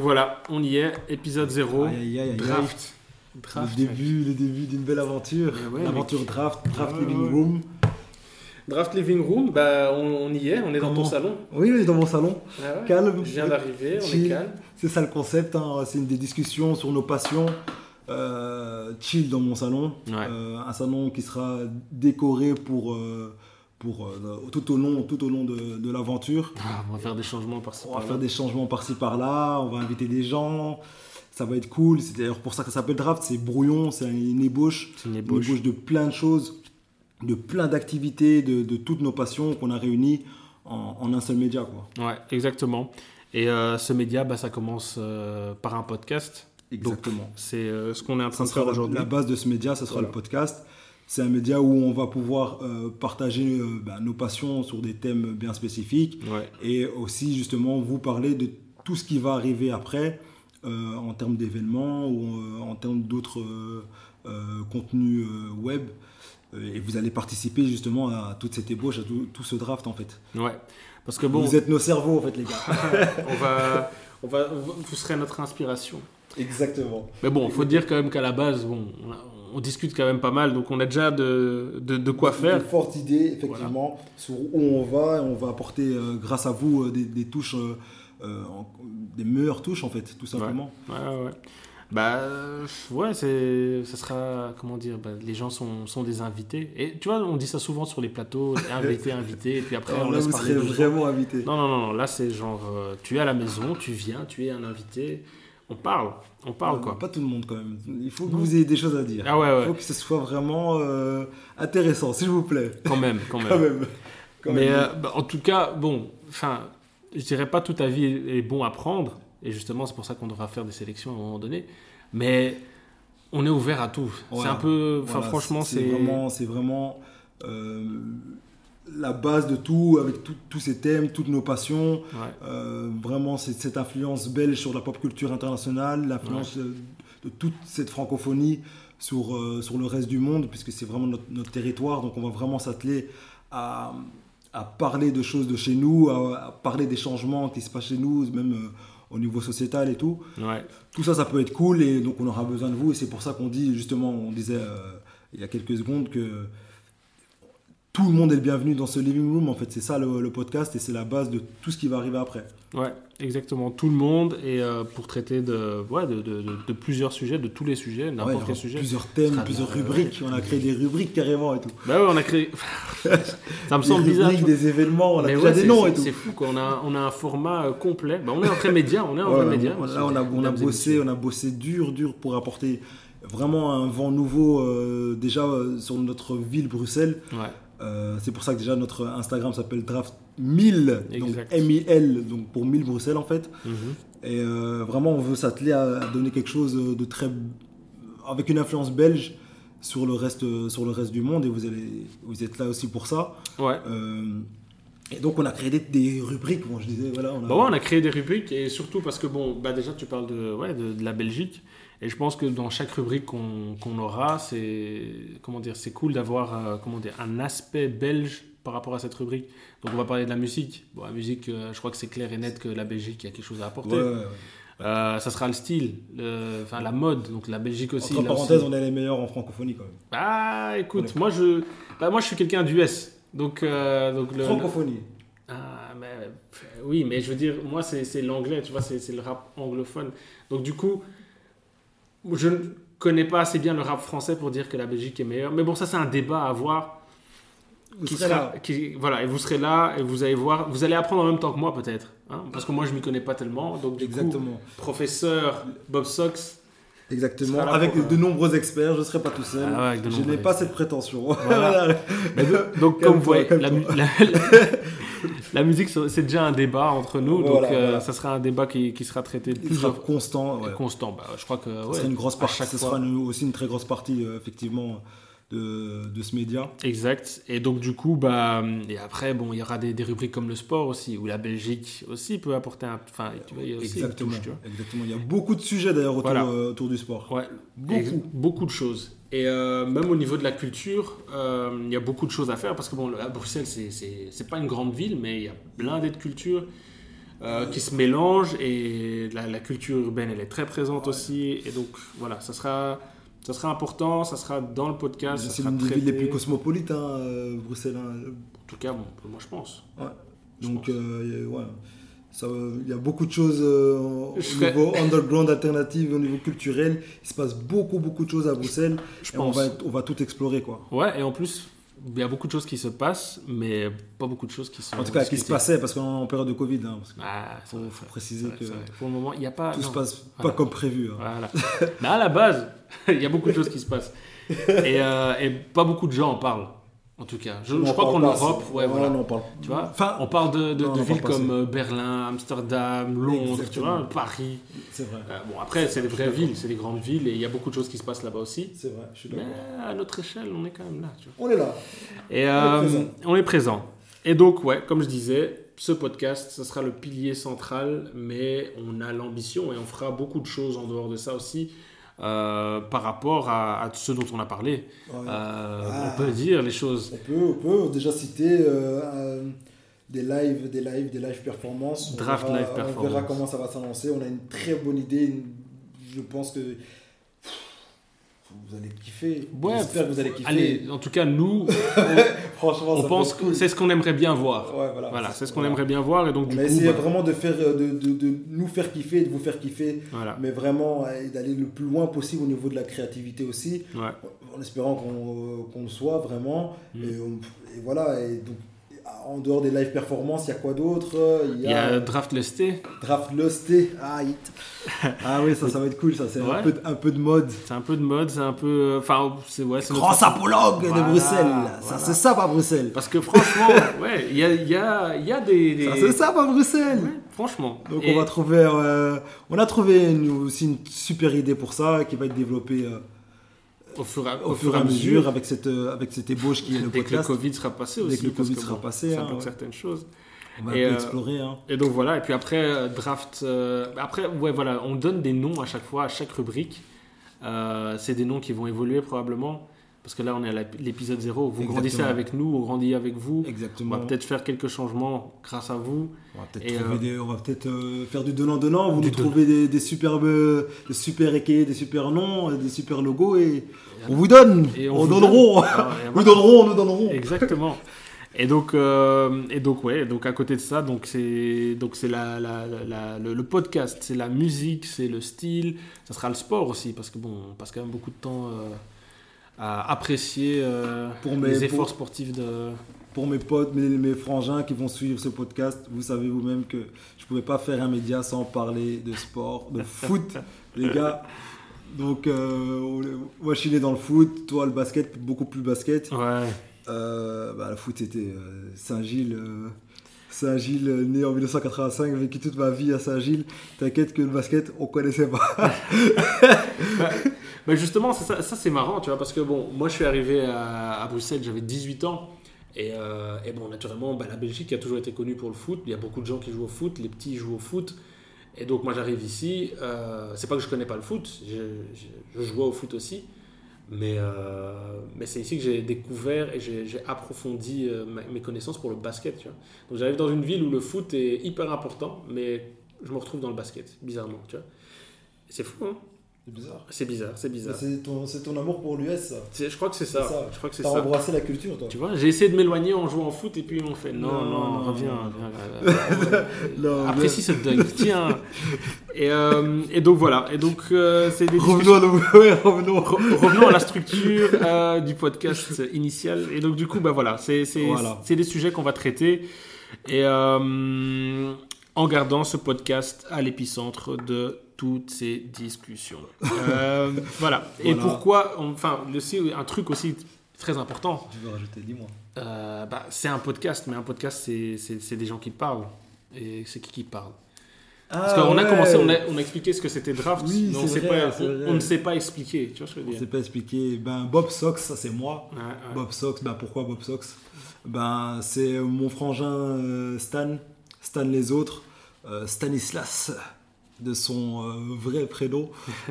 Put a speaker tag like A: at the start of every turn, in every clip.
A: Voilà, on y est, épisode 0.
B: Aïe, aïe, aïe, aïe.
A: Draft.
B: Le
A: Draft.
B: début, le début d'une belle aventure.
A: Mais ouais,
B: L'aventure draft, draft
A: Ouais,
B: living
A: ouais.
B: room.
A: Draft Living Room, bah, on, on y est, on est dans
B: Comment
A: ton salon.
B: Oui, oui, dans mon salon.
A: Ah ouais.
B: Calme.
A: Je viens d'arriver, on est
B: Chill.
A: calme.
B: C'est ça le concept. hein. C'est une des discussions sur nos passions. Euh, chill dans mon salon.
A: Ouais.
B: Euh, un salon qui sera décoré pour, euh, pour euh, tout au long, tout au long de, de l'aventure.
A: Ah, on va faire des changements par-ci
B: On va faire des changements par-ci par-là. On va inviter des gens. Ça va être cool. C'est d'ailleurs pour ça que ça s'appelle draft. C'est brouillon. C'est une ébauche.
A: C'est une
B: une
A: ébauche.
B: ébauche de plein de choses, de plein d'activités, de, de toutes nos passions qu'on a réunies en, en un seul média. Quoi.
A: Ouais, exactement. Et euh, ce média, bah, ça commence euh, par un podcast.
B: Exactement.
A: C'est euh, ce qu'on est en train
B: Ça
A: de
B: sera
A: faire
B: la,
A: aujourd'hui.
B: la base de ce média, ça sera
A: Voilà.
B: le podcast. C'est un média où on va pouvoir euh, partager euh, ben, nos passions sur des thèmes bien spécifiques
A: Ouais.
B: et aussi justement vous parler de tout ce qui va arriver après euh, en termes d'événements ou euh, en termes d'autres euh, euh, contenus euh, web. Euh, Et vous allez participer justement à toute cette ébauche, à tout- tout ce draft en fait.
A: ouais. Parce que bon,
B: Vous êtes nos cerveaux en fait les gars.
A: on va, on va, vous serez notre inspiration.
B: Exactement.
A: Mais bon, faut dire quand même qu'à la base, bon, on, a- on discute quand même pas mal, donc on a déjà de, de, de quoi faire.
B: Une forte idée effectivement sur où on va et on va apporter euh, grâce à vous euh, des, des touches, euh, euh, en- des meilleures touches en fait tout simplement.
A: Ouais, ouais, ouais. Bah, euh, ouais, c'est, ça sera, comment dire, bah, les gens sont, sont des invités. Et tu vois, on dit ça souvent sur les plateaux, invité, invité, et puis après
B: Alors
A: on
B: Ah, là
A: laisse
B: vous
A: parler
B: serez
A: aux gens.
B: vraiment invités.
A: Non, non, non, non, là c'est genre, euh, tu es à la maison, tu viens, tu es un invité, on parle, on parle quoi.
B: Pas tout le monde quand même. Il faut que
A: Non.
B: vous ayez des choses à dire.
A: Ah ouais,
B: Il faut
A: ouais,
B: que ce soit vraiment euh, intéressant, s'il vous plaît.
A: quand même, quand même.
B: Quand même. Quand
A: Mais
B: même.
A: euh, bah, en tout cas, bon, enfin, je dirais pas toute ta vie est est bon à prendre, et justement c'est pour ça qu'on devra faire des sélections à un moment donné. Mais on est ouvert à tout. C'est
B: Ouais.
A: un peu, enfin
B: Voilà,
A: franchement, c'est
B: vraiment, c'est vraiment euh, la base de tout, avec tout- tous ces thèmes, toutes nos passions.
A: Ouais.
B: Euh, vraiment c'est cette influence belge sur la pop culture internationale, l'influence euh, de toute cette francophonie sur, euh, sur le reste du monde, puisque c'est vraiment notre, notre territoire, donc on va vraiment s'atteler à, à parler de choses de chez nous, à, à parler des changements qui se passent chez nous, même euh, au niveau sociétal et tout.
A: Ouais.
B: Tout ça, ça peut être cool, et donc on aura besoin de vous, et c'est pour ça qu'on dit, justement, on disait euh, il y a quelques secondes que... Tout le monde est le bienvenu dans ce living room, en fait, c'est ça le- le podcast et c'est la base de tout ce qui va arriver après.
A: Ouais, exactement. Tout le monde, et euh, pour traiter de, ouais, de, de- de- de plusieurs sujets, de tous les sujets,
B: Ouais,
A: n'importe
B: il y
A: quel
B: aura
A: sujet.
B: Plusieurs
A: Ce
B: thèmes,
A: sera
B: plusieurs
A: de la-
B: rubriques. On a créé des rubriques carrément et tout.
A: Bah ouais, on a créé. ça me
B: Des
A: semble bizarre.
B: rubriques, des événements, on a
A: Mais
B: déjà
A: ouais,
B: des
A: c'est-
B: noms
A: c'est-
B: et tout.
A: C'est fou quoi, on a, on a un format euh, complet. Bah, on est un vrai média, on est un
B: Ouais,
A: vrai
B: ouais,
A: média.
B: on- là, on a, on a
A: Mesdames et
B: bossé,
A: messieurs.
B: on a bossé dur, dur pour apporter vraiment un vent nouveau euh, déjà euh, sur notre ville Bruxelles.
A: Ouais.
B: Euh, c'est pour ça que déjà notre Instagram s'appelle Draft 1000, donc
A: Exact.
B: M-I-L, donc pour 1000 Bruxelles en fait.
A: Mhm.
B: Et euh, vraiment, on veut s'atteler à à donner quelque chose de très. avec une influence belge sur le reste, sur le reste du monde. Et vous, allez, vous êtes là aussi pour ça.
A: Ouais.
B: Euh, et donc, on a créé des, des rubriques. Bon, je disais, voilà. On a,
A: Bah ouais, on a créé des rubriques et surtout parce que bon, bah déjà tu parles de, ouais, de, de la Belgique et je pense que dans chaque rubrique qu'on qu'on aura, c'est comment dire, c'est cool d'avoir euh, comment dire un aspect belge par rapport à cette rubrique. Donc on va parler de la musique. Bon, la musique, euh, je crois que c'est clair et net que la Belgique il y a quelque chose à apporter.
B: Ouais, ouais, ouais.
A: Euh, ça sera le style, le- enfin la mode, donc la Belgique aussi.
B: Entre
A: là
B: parenthèses,
A: aussi.
B: on est les meilleurs en francophonie quand même.
A: Ah, écoute,
B: On est-
A: moi je, bah, moi je suis quelqu'un d'US, donc euh, donc le,
B: francophonie.
A: ah, mais, pff, oui, mais je veux dire, moi, c'est c'est l'anglais, tu vois, c'est c'est le rap anglophone. Donc, du coup, je ne connais pas assez bien le rap français pour dire que la Belgique est meilleure. Mais bon, ça, c'est un débat à avoir.
B: Vous
A: qui
B: serez
A: sera-
B: là.
A: qui- voilà, et vous serez là, et vous allez voir, vous allez apprendre en même temps que moi, peut-être. hein, parce que moi, je m'y connais pas tellement. Donc, du coup,
B: Exactement.
A: professeur Bob Sox.
B: Exactement.
A: sera là
B: Avec
A: pour, euh,
B: de nombreux experts, je ne serai pas tout seul.
A: Ah ouais, avec de
B: je
A: nombreux
B: n'ai pas cette prétention.
A: Voilà. Mais de- donc, comme vous voyez, la, mu- la- la musique, c'est déjà un débat entre nous.
B: Voilà,
A: donc, euh,
B: voilà.
A: ça sera un débat qui, qui sera traité
B: Il sera
A: plusieurs
B: constant. ouais.
A: constant. Bah, je crois que
B: Ce
A: ouais,
B: sera une grosse
A: à
B: partie.
A: chaque
B: Ce
A: fois.
B: sera une- aussi une très grosse partie, euh, effectivement, de, de ce média.
A: Exact. Et donc du coup, bah, et après, bon, il y aura des, des rubriques comme le sport aussi, où la Belgique aussi peut apporter un, enfin, tu vois, il y a aussi une
B: Exactement.
A: touche, tu vois.
B: Exactement. Il y a beaucoup de sujets d'ailleurs autour,
A: Voilà.
B: euh, autour du sport.
A: Ouais,
B: Beaucoup.
A: Et beaucoup de choses. Et euh, même au niveau de la culture, euh, il y a beaucoup de choses à faire parce que bon, à Bruxelles, c'est- c'est c'est pas une grande ville, mais il y a blindé de culture. euh, qui se mélangent et la, la culture urbaine elle est très présente aussi et donc voilà ça sera ça sera important ça sera dans le podcast ça
B: C'est
A: sera
B: l'une des villes
A: traité.
B: les plus cosmopolites, hein, euh, Bruxelles. hein.
A: en tout cas bon, moi je pense
B: Ouais.
A: Je
B: Donc,
A: pense.
B: euh, y a- ouais. Ça, euh, il y a beaucoup de choses euh, au
A: Je ferai-
B: niveau underground alternative, au niveau culturel. Il se passe beaucoup, beaucoup de choses à Bruxelles.
A: je
B: Et on
A: pense
B: va, on va tout explorer, quoi.
A: ouais et en plus il y a beaucoup de choses qui se passent mais pas beaucoup de choses qui sont
B: En tout cas, qui se
A: discutées.
B: passait, parce qu'on est en période de Covid. hein, parce que
A: ah, c'est
B: faut,
A: vrai,
B: faut
A: c'est
B: préciser
A: vrai,
B: que
A: c'est vrai. pour le moment il n'y a pas
B: tout se
A: non.
B: passe
A: Voilà.
B: pas comme prévu. hein.
A: Voilà. Mais à la base, il y a beaucoup de choses qui se passent. Et, euh, et pas beaucoup de gens en parlent, en tout cas. Je,
B: On
A: je
B: en
A: crois
B: parle
A: qu'en
B: pas
A: Europe,
B: assez.
A: ouais,
B: Non,
A: voilà.
B: non, on parle-
A: Tu vois
B: Enfin,
A: On parle de, de-
B: non, on
A: de
B: en
A: villes
B: parle pas
A: comme euh, Berlin, Amsterdam, Londres, tu
B: Exactement.
A: vois, Paris.
B: C'est vrai.
A: Euh, bon, après, c'est des vraies villes, c'est des grandes villes et il y a beaucoup de choses qui se passent là-bas aussi.
B: C'est vrai, je suis
A: Mais
B: d'accord.
A: à notre échelle, on est quand même là, tu vois.
B: On est là.
A: Et
B: On est
A: euh,
B: présent.
A: on est présent. Et donc, ouais, comme je disais, ce podcast, ce sera le pilier central, mais on a l'ambition et on fera beaucoup de choses en dehors de ça aussi euh, par rapport à, à ce dont on a parlé.
B: Ouais.
A: Euh,
B: Ah.
A: On peut dire les choses.
B: On peut, on peut déjà citer euh, euh, des lives, des lives, des lives performances. On
A: Draft
B: verra-
A: live
B: On verra
A: performance.
B: comment ça va s'annoncer. On a une très bonne idée. une- Je pense que vous allez kiffer.
A: Ouais,
B: J'espère que vous allez kiffer.
A: Allez, en tout cas, nous,
B: Franchement,
A: on
B: ça
A: pense
B: peut être
A: que
B: cool.
A: c'est ce qu'on aimerait bien voir.
B: Ouais, voilà,
A: Voilà, c'est ce qu'on
B: voilà.
A: aimerait bien voir. Et donc,
B: On
A: du
B: a
A: coup,
B: essayé
A: bah,
B: vraiment de, faire, euh, de, de- de nous faire kiffer et de vous faire kiffer,
A: voilà.
B: mais vraiment euh, et d'aller le plus loin possible au niveau de la créativité aussi.
A: Ouais.
B: en espérant qu'on euh, qu'on le soit vraiment.
A: Mm.
B: Et, on- et voilà, et donc, ah, en dehors des live performances, il y a quoi d'autre
A: Il
B: Il y
A: y
B: a,
A: a Draft Lesté,
B: Draft Losté. Ah, hit. ah oui, ça, ça va être cool, ça. C'est
A: Ouais.
B: un, peu, un peu de mode.
A: c'est un peu de mode, c'est un peu. euh, Enfin, c'est ouais, c'est notre
B: Grand apologue
A: Voilà,
B: de Bruxelles. Ça,
A: voilà.
B: c'est ça, pas Bruxelles.
A: Parce que franchement, ouais, il y a, il y a- il y a des. des-
B: Ça, c'est ça, pas Bruxelles.
A: Ouais, franchement.
B: Donc,
A: Et
B: on va trouver. euh, on a trouvé une- aussi une super idée pour ça qui va être développée euh,
A: au fur, à-
B: au, fur et à mesure, avec, cette, euh, avec cette ébauche qui est le
A: dès que le
B: podcast.
A: Covid sera passé
B: Dès
A: aussi.
B: que le
A: parce
B: Covid sera passé,
A: Ça
B: hein,
A: bloque
B: ouais.
A: certaines choses.
B: on va un
A: et,
B: peu
A: euh,
B: explorer. hein.
A: Et donc voilà, et puis après, euh, draft. euh, après, ouais, voilà, on donne des noms à chaque fois, à chaque rubrique. Euh, c'est des noms qui vont évoluer probablement. Parce que là, on est à la- l'épisode 0. Vous
B: Exactement.
A: grandissez avec nous, on grandit avec vous. On
B: Exactement.
A: va peut-être faire quelques changements grâce à vous.
B: On va peut-être
A: Et,
B: trouver
A: euh,
B: des- on va peut-être, euh, faire du donnant-donnant, vous
A: du
B: nous trouvez des, des superbes, euh, des super écaillés, des super noms, euh, des super logos et on vous donne,
A: Et on
B: on,
A: vous
B: donnerons,
A: donne. Ah, Alors, et
B: nous
A: voilà.
B: donnerons, nous donnerons.
A: Exactement. Et donc, euh, et donc, ouais, donc à côté de ça, donc c'est donc c'est la, la- la- le, le podcast, c'est la musique, c'est le style, ça sera le sport aussi, parce que bon, on passe quand même beaucoup de temps euh, à apprécier euh,
B: Pour mes-
A: les efforts
B: pour-
A: sportifs de.
B: Pour mes potes, mes, mes frangins qui vont suivre ce podcast, vous savez vous-même que je pouvais pas faire un média sans parler de sport, de foot, les gars. Donc, euh, on- moi je suis né dans le foot, toi le basket, beaucoup plus basket.
A: Ouais.
B: Euh, bah, le foot, c'était euh, Saint-Gilles. euh, Saint-Gilles, euh, né en 1985, vécu toute ma vie à Saint-Gilles. T'inquiète que le basket, on connaissait pas.
A: Bah justement, c'est ça, ça, c'est marrant, tu vois, parce que bon, moi je suis arrivé à, à Bruxelles, j'avais 18 ans. Et, euh, et bon, naturellement, bah, la Belgique a toujours été connue pour le foot. Il y a beaucoup de gens qui jouent au foot, les petits jouent au foot. Et donc, moi j'arrive ici. euh, c'est pas que je connais pas le foot, je, je- je jouais au foot aussi. Mais, euh, mais c'est ici que j'ai découvert et j'ai j'ai approfondi euh, ma- mes connaissances pour le basket. Tu vois. Donc, j'arrive dans une ville où le foot est hyper important, mais je me retrouve dans le basket, bizarrement. Tu vois. C'est fou, hein
B: C'est bizarre.
A: C'est bizarre, c'est bizarre.
B: C'est ton, amour pour l'US, ça.
A: C'est- Je crois que c'est ça.
B: C'est ça.
A: Je crois que c'est
B: T'as
A: ça.
B: embrassé la culture, toi.
A: Tu vois, j'ai essayé de m'éloigner en jouant au foot et puis ils m'ont fait non,
B: Non,
A: non,
B: non,
A: reviens,
B: non.
A: viens, euh,
B: Non,
A: apprécie ce dunk, tiens. Et, euh, et donc voilà, et donc euh, c'est des
B: Revenons à nos... ouais, revenons.
A: discussions- Re- revenons à la structure euh, du podcast initial. Et donc du coup, bah voilà, c'est c'est-
B: Voilà.
A: c'est des sujets qu'on va traiter et euh, en gardant ce podcast à l'épicentre de toutes ces discussions. Euh, voilà. Et
B: Voilà.
A: pourquoi, enfin, aussi un truc aussi très important.
B: Tu veux rajouter, dis-moi.
A: Euh, bah, c'est un podcast, mais un podcast, c'est- c'est c'est des gens qui parlent. Et c'est qui qui parle Parce qu'on a commencé, on a, on a expliqué ce que c'était draft,
B: Ah Oui,
A: mais on,
B: c'est
A: sait
B: vrai,
A: pas,
B: c'est
A: on,
B: vrai.
A: on ne sait pas expliquer. Tu vois ce que je veux
B: On
A: dire
B: s'est pas expliqué. Ben, Bob Sox, ça c'est moi.
A: Ouais, ouais.
B: Bob Sox, ben pourquoi Bob Sox Ben c'est mon frangin euh, Stan, Stan les autres, euh, Stanislas de son euh, vrai prénom,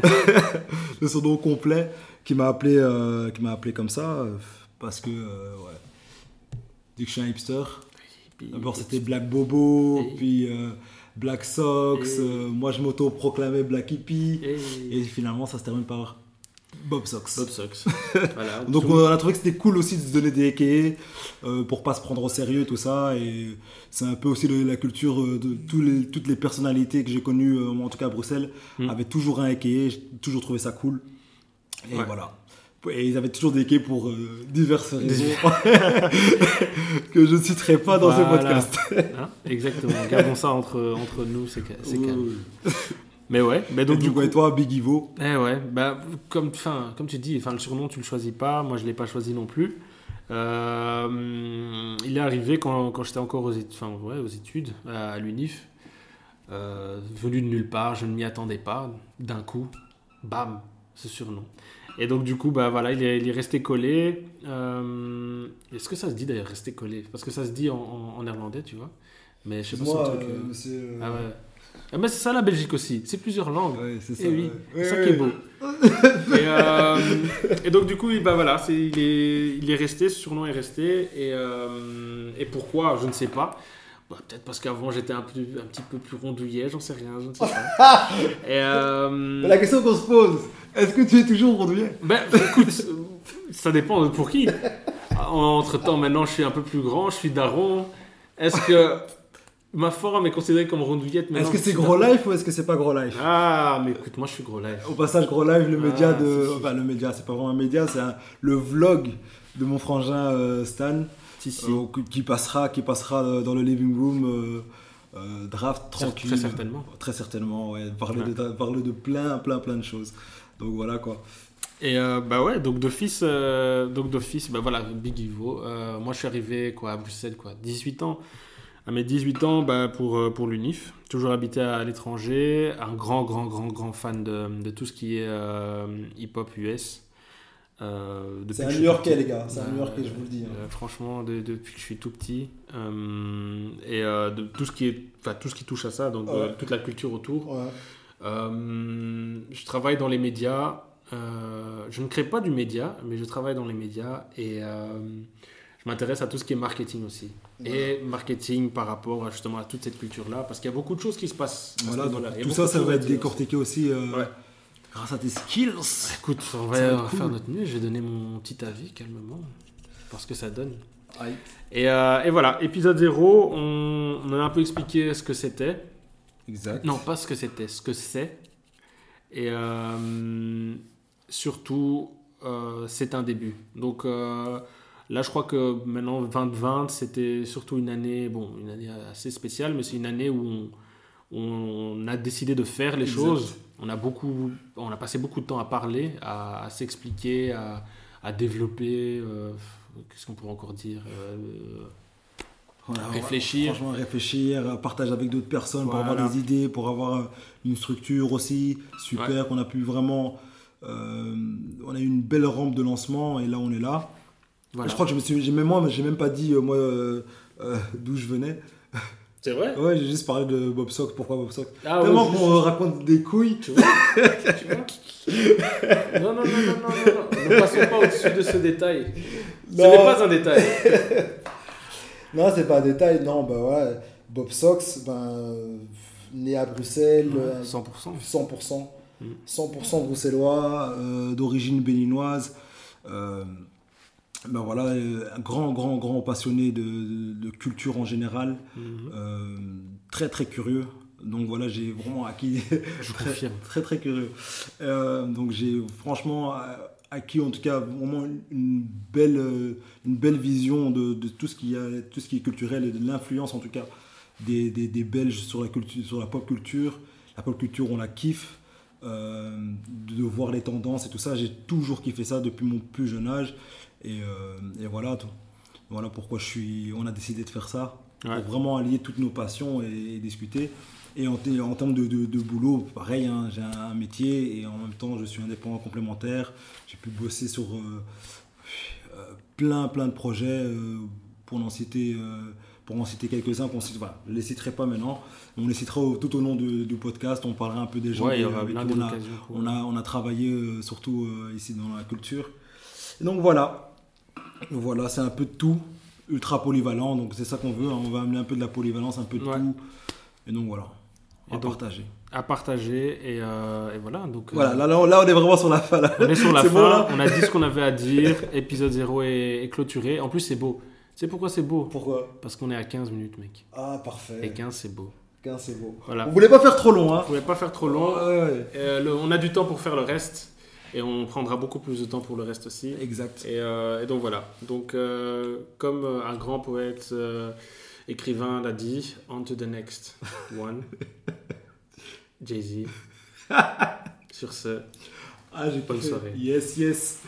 B: de son nom complet, qui m'a appelé, euh, qui m'a appelé comme ça euh, parce que euh, ouais, dès que je suis un hipster.
A: Puis-
B: D'abord c'était Black Bobo,
A: Et-
B: puis euh, Black Sox,
A: Et-
B: euh, moi je m'auto-proclamais Black Hippie.
A: Et...
B: Et finalement, ça se termine par Bob Sox.
A: Bob Sox. voilà.
B: Donc
A: Tout-
B: on a trouvé que c'était cool aussi de se donner des écaillés euh, pour pas se prendre au sérieux tout ça et c'est un peu aussi le- la culture euh, de tous les- toutes les personnalités que j'ai connues euh, en tout cas à Bruxelles
A: Mm.
B: avaient toujours un écaillé, j'ai toujours trouvé ça cool et
A: Ouais.
B: voilà. Et ils avaient toujours des écaillés pour euh, diverses raisons que je ne citerai pas dans
A: Voilà.
B: ce podcast.
A: Hein Exactement. Gardons ça entre, entre nous, c'est ca- c'est
B: Oui,
A: calme.
B: oui.
A: Mais ouais, mais
B: Et
A: donc
B: du
A: du
B: coup,
A: coup.
B: et toi, Big Ivo,
A: Eh ouais, bah, comme, fin, comme tu dis, enfin, le surnom, tu le choisis pas. Moi, je l'ai pas choisi non plus. Euh, il est arrivé quand, quand j'étais encore aux, études- enfin, ouais, aux études, à, à l'UNIF. Euh, venu de nulle part, je ne m'y attendais pas. D'un coup, bam, ce surnom. Et donc, du coup, bah, voilà, il, est, il est resté collé. Euh, Est-ce que ça se dit d'ailleurs rester collé Parce que ça se dit en, en- en néerlandais, tu vois. Mais je sais pas si c'est un truc, euh, Ah ouais. Ah, mais c'est ça la Belgique aussi, c'est plusieurs langues.
B: Ouais, c'est ça.
A: Et Eh oui, c'est
B: ouais.
A: ça
B: Ouais,
A: qui est
B: ouais.
A: beau. et, euh, et donc du coup, oui, bah voilà, c'est- il, est, il est resté, ce surnom est resté. Et, euh, et pourquoi, je ne sais pas. Bah, Peut-être parce qu'avant j'étais un, peu- un petit peu plus rondouillet, j'en sais rien, je ne sais pas. et, euh,
B: Mais La question qu'on se pose, est-ce que tu es toujours rondouillet
A: ben, écoute, euh, ça dépend de pour qui. Entre temps, maintenant, je suis un peu plus grand, je suis daron. Est-ce que ma forme est considérée comme rondouillette maintenant
B: Est-ce que
A: je
B: c'est
A: suis
B: gros
A: daron
B: life ou est-ce que c'est pas gros life
A: Ah, mais écoute, moi je suis gros live.
B: Au passage, gros live, le
A: Ah,
B: média de.
A: c'est-
B: Enfin, le média, c'est pas vraiment un média, c'est un- le vlog de mon frangin euh, Stan
A: Si, si.
B: euh, qui- qui passera, qui passera euh, dans le living room euh, euh, draft tranquille.
A: Très certainement.
B: Très certainement, ouais. Parler,
A: Ouais.
B: De, parler de plein, plein, plein de choses. Donc voilà quoi.
A: Et euh, bah ouais, donc d'office, euh, donc d'office, bah voilà, Big Ivo. Euh, moi, je suis arrivé quoi à Bruxelles quoi, 18 ans. À mes 18 ans, bah, pour euh, pour l'UNIF, toujours habité à l'étranger, un grand grand grand grand fan de, de tout ce qui est euh, hip-hop US. Euh, depuis
B: C'est un
A: que je suis
B: New-Yorkais,
A: tout petit.
B: les gars. C'est un New-Yorkais, je vous le dis, hein.
A: euh, franchement, de- depuis que je suis tout petit, euh, et euh, de tout ce qui est, enfin tout ce qui touche à ça, donc
B: Ouais.
A: euh, toute la culture autour.
B: Ouais.
A: Euh, je travaille dans les médias. Euh, je ne crée pas du média, mais je travaille dans les médias et euh, je m'intéresse à tout ce qui est marketing aussi. Et marketing par rapport à, justement à toute cette culture-là, parce qu'il y a beaucoup de choses qui se passent. à ce
B: Voilà, donc
A: niveau-là. Il y a
B: tout
A: beaucoup
B: ça,
A: de
B: ça
A: choses
B: va
A: à
B: être
A: dire.
B: décortiqué aussi euh,
A: Ouais.
B: grâce à tes skills.
A: Écoute, on
B: Ça va
A: va,
B: être
A: on va
B: cool.
A: faire notre mieux. Je vais donner mon petit avis calmement, parce que ça donne.
B: Aïe.
A: Et, euh, et voilà, épisode 0, on, on a un peu expliqué ce que c'était.
B: Exact.
A: Non, pas ce que c'était, ce que c'est. Et euh, surtout, euh, c'est un début. Donc euh, là, je crois que maintenant, 2020, c'était surtout une année, bon, une année assez spéciale, mais c'est une année où on, on a décidé de faire les
B: Exact.
A: choses. On a, beaucoup, on a passé beaucoup de temps à parler, à, à s'expliquer, à, à développer. euh, Qu'est-ce qu'on pourrait encore dire Euh,
B: Voilà,
A: Réfléchir.
B: ouais, Franchement, réfléchir, euh, partager avec d'autres personnes pour
A: Voilà.
B: avoir des idées, pour avoir euh, une structure aussi. Super, qu'on a pu vraiment. euh, on a eu une belle rampe de lancement et là, on est là.
A: voilà.
B: Je crois que je me suis. j'ai Même moi, mais j'ai même pas dit, euh, moi, euh, euh, d'où je venais.
A: C'est vrai
B: Ouais, j'ai juste parlé de Bob Sock. Pourquoi Bob Sock
A: Ah,
B: Tellement
A: ouais, je-
B: qu'on euh, raconte des couilles.
A: Tu vois Tu vois Non, non, non, non, non, non, non. Ne passons pas au-dessus de ce détail. Ce
B: Non.
A: n'est pas un détail.
B: Non, c'est pas un détail. Non, bah voilà. Bob Sox, ben, euh, né à Bruxelles, euh,
A: 100%.
B: 100%.
A: Mm.
B: 100% bruxellois, euh, d'origine béninoise. Euh, ben voilà, euh, un grand, grand, grand passionné de, de- de culture en général.
A: Mhm.
B: Euh, très, très curieux. Donc voilà, j'ai vraiment acquis.
A: Je
B: très-
A: confirme.
B: Très, très curieux. Euh, donc j'ai franchement euh, acquis, en tout cas, vraiment une- une belle, euh, une belle vision de, de tout, ce qui a, tout ce qui est culturel et de l'influence, en tout cas, des, des- des Belges sur la, culture, sur la pop culture. La pop culture, on la kiffe. euh, de voir les tendances et tout ça, j'ai toujours kiffé ça depuis mon plus jeune âge. Et, euh, et voilà, tout. voilà pourquoi je suis, on a décidé de faire ça.
A: Ouais.
B: Pour vraiment allier toutes nos passions et, et discuter. Et en, te- en termes de, de- de boulot, pareil, hein, j'ai un, un métier et en même temps, je suis indépendant complémentaire. J'ai pu bosser sur euh, euh, plein, plein de projets euh, pour en citer. euh, pour en citer quelques-uns, qu'on cite, voilà, je ne les citerai pas maintenant, on les citera au- tout au long du, du podcast, on parlera un peu des gens
A: Ouais, il y
B: et-
A: aura
B: avec
A: plein
B: qui on a-
A: d'occasions.
B: on a, on a travaillé euh, surtout euh, ici dans la culture. Et donc voilà, voilà, c'est un peu de tout, ultra polyvalent. Donc c'est ça qu'on veut. hein. On va amener un peu de la polyvalence, un peu de
A: Ouais.
B: tout. Et donc voilà. à partager.
A: À partager, et, euh, et voilà. Donc,
B: Voilà, là, là, on- là, on est vraiment sur la fin. là.
A: On est sur la
B: C'est
A: fin,
B: bon, là
A: on a dit ce qu'on avait à dire, épisode 0 est, est clôturé. En plus, c'est beau. C'est pourquoi c'est beau
B: Pourquoi
A: Parce qu'on est à 15 minutes, mec.
B: euh, Ah,
A: Et
B: parfait.
A: 15, c'est beau.
B: 15, c'est beau.
A: Voilà.
B: On voulait pas faire trop long, hein.
A: On pouvait pas faire trop long.
B: Ouais, ouais.
A: Euh, le- on a du temps pour faire le reste, et on prendra beaucoup plus de temps pour le reste aussi.
B: Exact.
A: Et, euh, et donc voilà. Donc, euh, comme euh, un grand poète, euh, écrivain l'a dit, on to the next one. Jay-Z. Sur ce.
B: Ah, j'ai
A: Bonne
B: kiffé.
A: soirée.
B: Yes, yes.